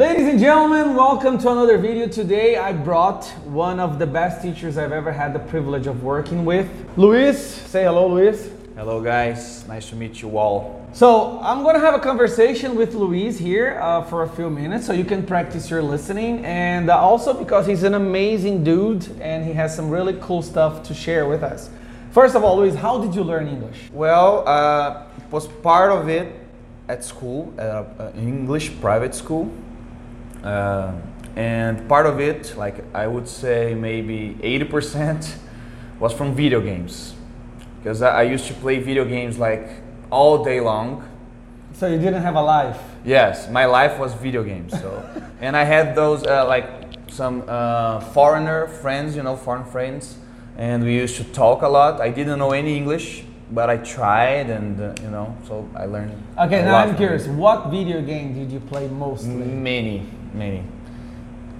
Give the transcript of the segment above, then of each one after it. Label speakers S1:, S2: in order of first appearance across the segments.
S1: and gentlemen, welcome to another video. Today I brought one of the best teachers I've ever had the privilege of working with. Luis, say hello, Luis.
S2: Hello, guys. Nice to meet you all.
S1: So I'm gonna have a conversation with Luis here uh, for a few minutes, so you can practice your listening, and uh, also because he's an amazing dude and he has some really cool stuff to share with us. First of all, Luis, how did you learn English?
S2: Well, uh, it was part of it at school, at an English private school. Uh, and part of it, like I would say maybe 80%, was from video games. Because I, I used to play video games like all day long.
S1: So you didn't have a life.
S2: Yes, my life was video games. So, and I had those uh, like some uh, foreigner friends, you know, foreign friends, and we used to talk a lot. I didn't know any English, but I tried, and uh, you know, so I learned.
S1: Okay,
S2: a
S1: now
S2: lot Mm.
S1: I'm
S2: from
S1: curious.
S2: it.
S1: What video game did you play mostly?
S2: Many, many.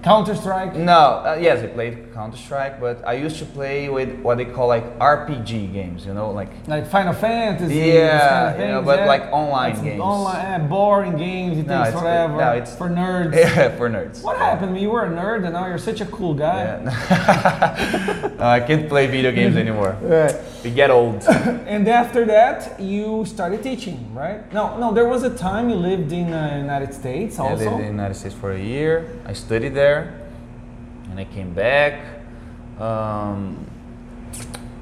S1: Counter Strike.
S2: No, uh, yes, I played Counter Strike, but I used to play with what they call like RPG games, you know, like
S1: like Final Fantasy. this
S2: Yeah,
S1: kind of
S2: you know,
S1: things,
S2: but
S1: yeah?
S2: like online
S1: It's
S2: games.
S1: Online, eh, boring games. It
S2: No,
S1: takes
S2: it's-
S1: forever.
S2: no, it's-
S1: for nerds.
S2: for nerds.
S1: What happened? You were a nerd, and now you're such a cool guy.
S2: Yeah. no, I can't play video games anymore. We get old.
S1: And after that, you started teaching, right? No, no. There was a time you lived in uh, United States
S2: I
S1: also.
S2: lived in the United States for a year. I studied there, and I came back. Um,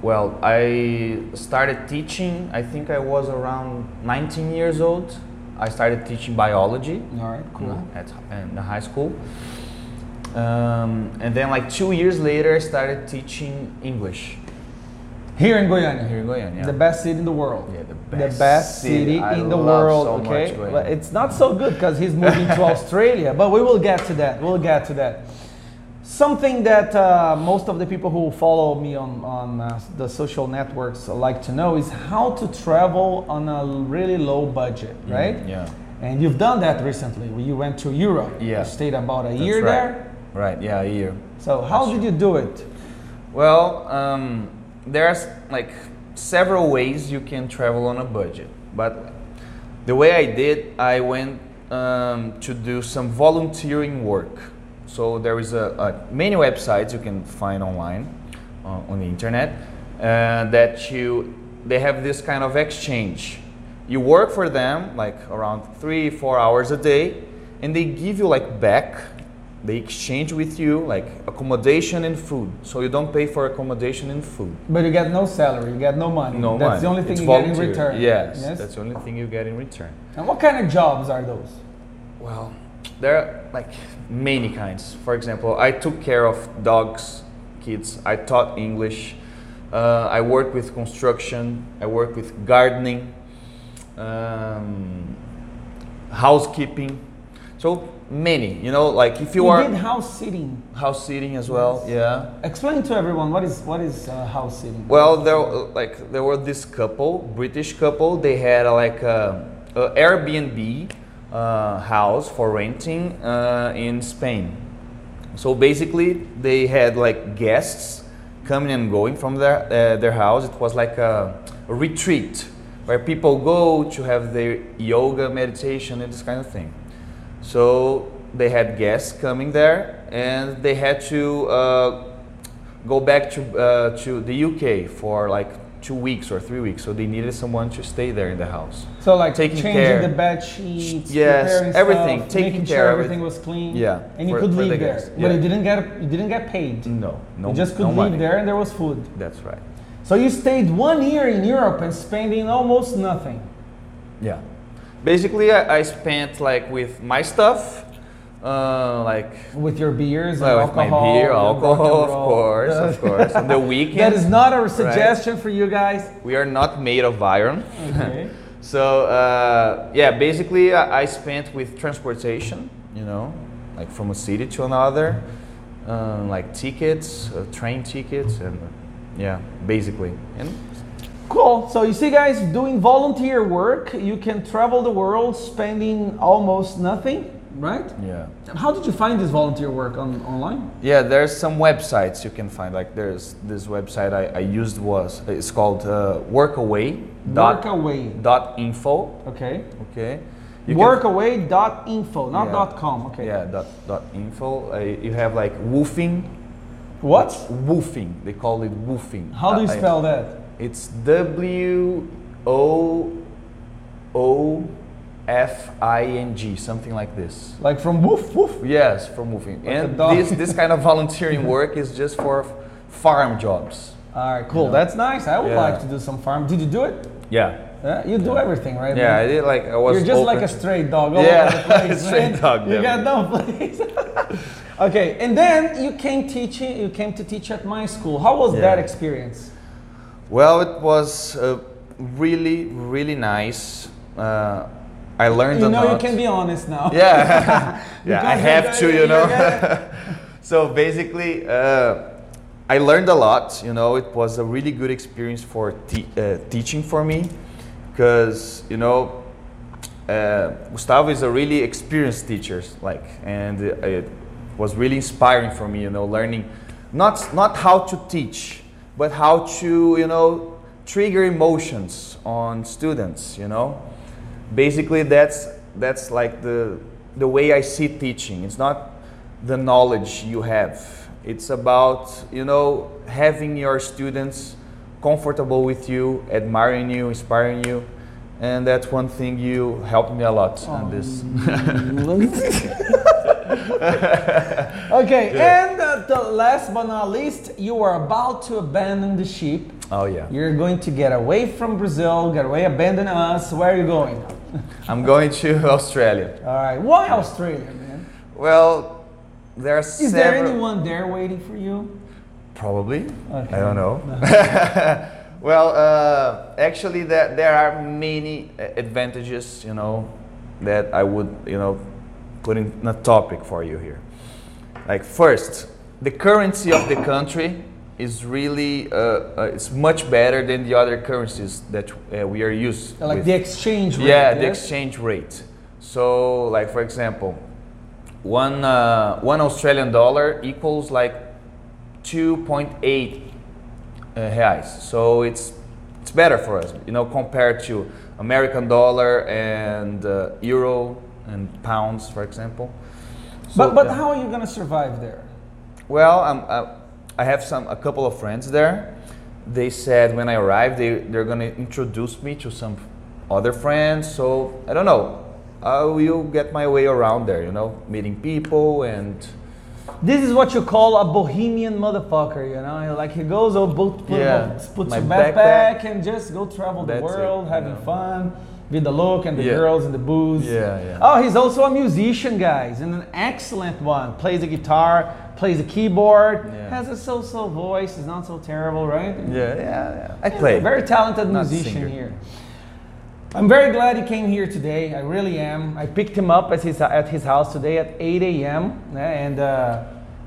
S2: well, I started teaching. I think I was around 19 years old. I started teaching biology
S1: All right, cool.
S2: uh, at in the high school. Um, and then, like two years later, I started teaching English
S1: Here in Goiânia.
S2: here in Goiânia.
S1: The best city in the world.
S2: Yeah, the
S1: the
S2: best
S1: best
S2: city.
S1: city
S2: I
S1: in the
S2: love
S1: world.
S2: so much
S1: okay,
S2: Goiânia.
S1: but it's not so good because he's moving to Australia. But we will get to that. We'll get to that. Something that uh, most of the people who follow me on on uh, the social networks like to know is how to travel on a really low budget,
S2: Mm-hmm.
S1: right?
S2: Yeah.
S1: And you've done that recently. You went to Europe.
S2: Yeah.
S1: You stayed about a
S2: That's
S1: year
S2: right.
S1: there.
S2: Right. Yeah, a year.
S1: So how did you do it?
S2: Well, um, there's like several ways you can travel on a budget, but the way I did, I went um, to do some volunteering work. So there is a, a many websites you can find online uh, on the internet uh, that you they have this kind of exchange. You work for them like around three four hours a day, and they give you like back they exchange with you like accommodation and food so you don't pay for accommodation and food
S1: But you get no salary. You get no money.
S2: no
S1: That's
S2: money.
S1: the only thing
S2: It's
S1: you get
S2: volunteer.
S1: in return.
S2: yes, that's the only thing you get in return
S1: And what kind of jobs are those?
S2: well there are like many kinds for example i took care of dogs kids i taught english uh, i worked with construction i worked with gardening um, housekeeping so many you know like if you,
S1: You
S2: are
S1: did house sitting.
S2: house sitting as well yeah
S1: Explain to everyone what is what is uh, house sitting.
S2: Well, there like there were this couple, British couple. They had uh, like a, a Airbnb uh, house for renting uh, in Spain. So basically, they had like guests coming and going from their uh, their house. It was like a, a retreat where people go to have their yoga, meditation, and this kind of thing. So they had guests coming there, and they had to uh, go back to uh, to the UK for like two weeks or three weeks. So they needed someone to stay there in the house.
S1: so like
S2: taking
S1: changing
S2: care.
S1: the bed sheets,
S2: Yes,
S1: preparing
S2: everything,
S1: stuff,
S2: taking
S1: making
S2: care
S1: sure
S2: of
S1: everything
S2: it.
S1: was clean.
S2: Yeah,
S1: and you
S2: for-
S1: could
S2: for the
S1: leave there,
S2: guests,
S1: but
S2: yeah.
S1: you didn't get you didn't get paid.
S2: No, no,
S1: you just could
S2: no
S1: leave
S2: money.
S1: there, and there was food.
S2: That's right.
S1: So you stayed one year in Europe and spending almost nothing.
S2: Yeah. Basically, I, I spent like with my stuff, uh, like
S1: With your beers
S2: well,
S1: and
S2: with my
S1: alcohol,
S2: beer,
S1: and rock and
S2: alcohol, of
S1: roll.
S2: course, of course. On the weekend,
S1: That is not a suggestion for you guys.
S2: we are not made of iron.
S1: Okay.
S2: So uh, yeah, basically I, I spent with transportation, you know, like from a city to another, um, like tickets, uh, train tickets, and yeah, basically. And
S1: Cool. So you see, guys, doing volunteer work, you can travel the world spending almost nothing, right?
S2: yeah,
S1: How did you find this volunteer work on online?
S2: yeah. There's some websites you can find. Like there's this website I, I used was it's called uh, Workaway.
S1: Workaway.
S2: Dot info.
S1: Okay.
S2: Okay. You can-
S1: Workaway.info, not
S2: Yeah.
S1: dot .com. Okay.
S2: Yeah, dot, dot info. Uh, you have like woofing.
S1: What?
S2: Woofing. They call it woofing.
S1: How do you
S2: Uh, I-
S1: spell that?
S2: It's W O O F I N G, something like this.
S1: Like from woof woof.
S2: Yes, for moving.
S1: Like a
S2: and
S1: dog.
S2: this this kind of volunteering work is just for f- farm jobs.
S1: All right, cool. That's nice. I would
S2: Yeah.
S1: like to do some farm. Did you do it?
S2: Yeah.
S1: Yeah, you do everything, right?
S2: Yeah, I
S1: man?
S2: did like I was.
S1: You're just like
S2: open
S1: a
S2: to-
S1: stray dog. All
S2: Yeah,
S1: over the place,
S2: stray
S1: man.
S2: dog,
S1: You got
S2: definitely.
S1: no place. okay, and then you came teaching. You came to teach at my school. How was that
S2: Yeah.
S1: experience?
S2: Well, it was uh, really really nice. Uh, I learned
S1: You
S2: a
S1: know, you
S2: lot.
S1: can be honest now.
S2: Yeah, yeah, I
S1: Because
S2: have to,
S1: you
S2: you know.
S1: gotta-
S2: so basically, uh, I learned a lot. You know, it was a really good experience for te- uh, teaching for me, because you know, uh, Gustavo is a really experienced teacher, like, and it was really inspiring for me. You know, learning not not how to teach, but how to you know trigger emotions on students. You know basically that's that's like the the way I see teaching. It's not the knowledge you have. It's about you know having your students comfortable with you, admiring you, inspiring you, and that's one thing you helped me a lot
S1: Oh.
S2: on this.
S1: okay, and uh, the last but not least, you are about to abandon the ship.
S2: Oh yeah,
S1: You're going to get away from Brazil, get away, abandon us. Where are you going?
S2: I'm going to Australia.
S1: All right. Why Australia, man?
S2: Well, there are
S1: Is there
S2: several.
S1: anyone there waiting for you?
S2: Probably.
S1: Okay.
S2: I don't know. well, uh, actually, that there are many a- advantages, you know, that I would, you know, put in a topic for you here. Like first, the currency of the country is really uh, uh, it's much better than the other currencies that uh, we are used.
S1: Like
S2: with.
S1: the exchange rate.
S2: Yeah, the
S1: yes?
S2: exchange rate. So, like for example, one uh, one Australian dollar equals like two point eight uh, reais. So it's it's better for us, you know, compared to American dollar and uh, euro and pounds, for example.
S1: but
S2: So,
S1: but
S2: yeah.
S1: how are you gonna survive there?
S2: Well, um, uh, I have some a couple of friends there. They said when I arrived, they they're gonna introduce me to some other friends. So I don't know. I will get my way around there, you know, meeting people and
S1: This is what you call a bohemian motherfucker, you know? Like he goes, oh, boot, put,
S2: Yeah.
S1: puts a
S2: My
S1: backpack,
S2: backpack.
S1: and just go travel the
S2: That's it,
S1: world,
S2: you
S1: having
S2: know.
S1: fun, with the look and the
S2: Yeah.
S1: girls and the booze.
S2: Yeah, yeah.
S1: Oh, he's also a musician, guys, and an excellent one. Plays the guitar, plays the keyboard,
S2: Yeah.
S1: has a so-so voice. Is not so terrible, right?
S2: yeah, yeah. yeah. I
S1: He's
S2: play.
S1: a very talented
S2: not
S1: musician
S2: singer.
S1: here. I'm very glad he came here today. I really am. I picked him up at his, at his house today at 8 a.m. eh, and uh,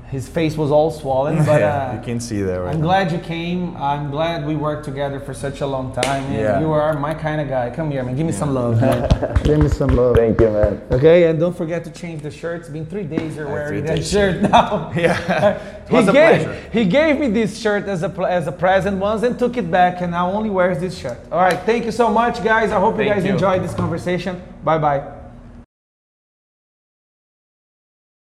S1: his face was all swollen. But
S2: yeah,
S1: uh,
S2: you can see that right.
S1: I'm
S2: now.
S1: glad you came. I'm glad we worked together for such a long time. and
S2: Yeah.
S1: You are my kind of guy. Come here, man. Give me some love. man. Give me some love.
S2: Thank you, man.
S1: Okay, and don't forget to change the shirt. It's been three days you're
S2: Uh, three
S1: wearing that
S2: days.
S1: shirt now.
S2: Yeah, it
S1: He
S2: was a
S1: gave,
S2: pleasure.
S1: he gave me this shirt as a, pl- as a present once and took it back and now only wears this shirt. All right, thank you so much, guys. I hope you
S2: Thank
S1: guys
S2: you.
S1: enjoyed this conversation. Bye bye.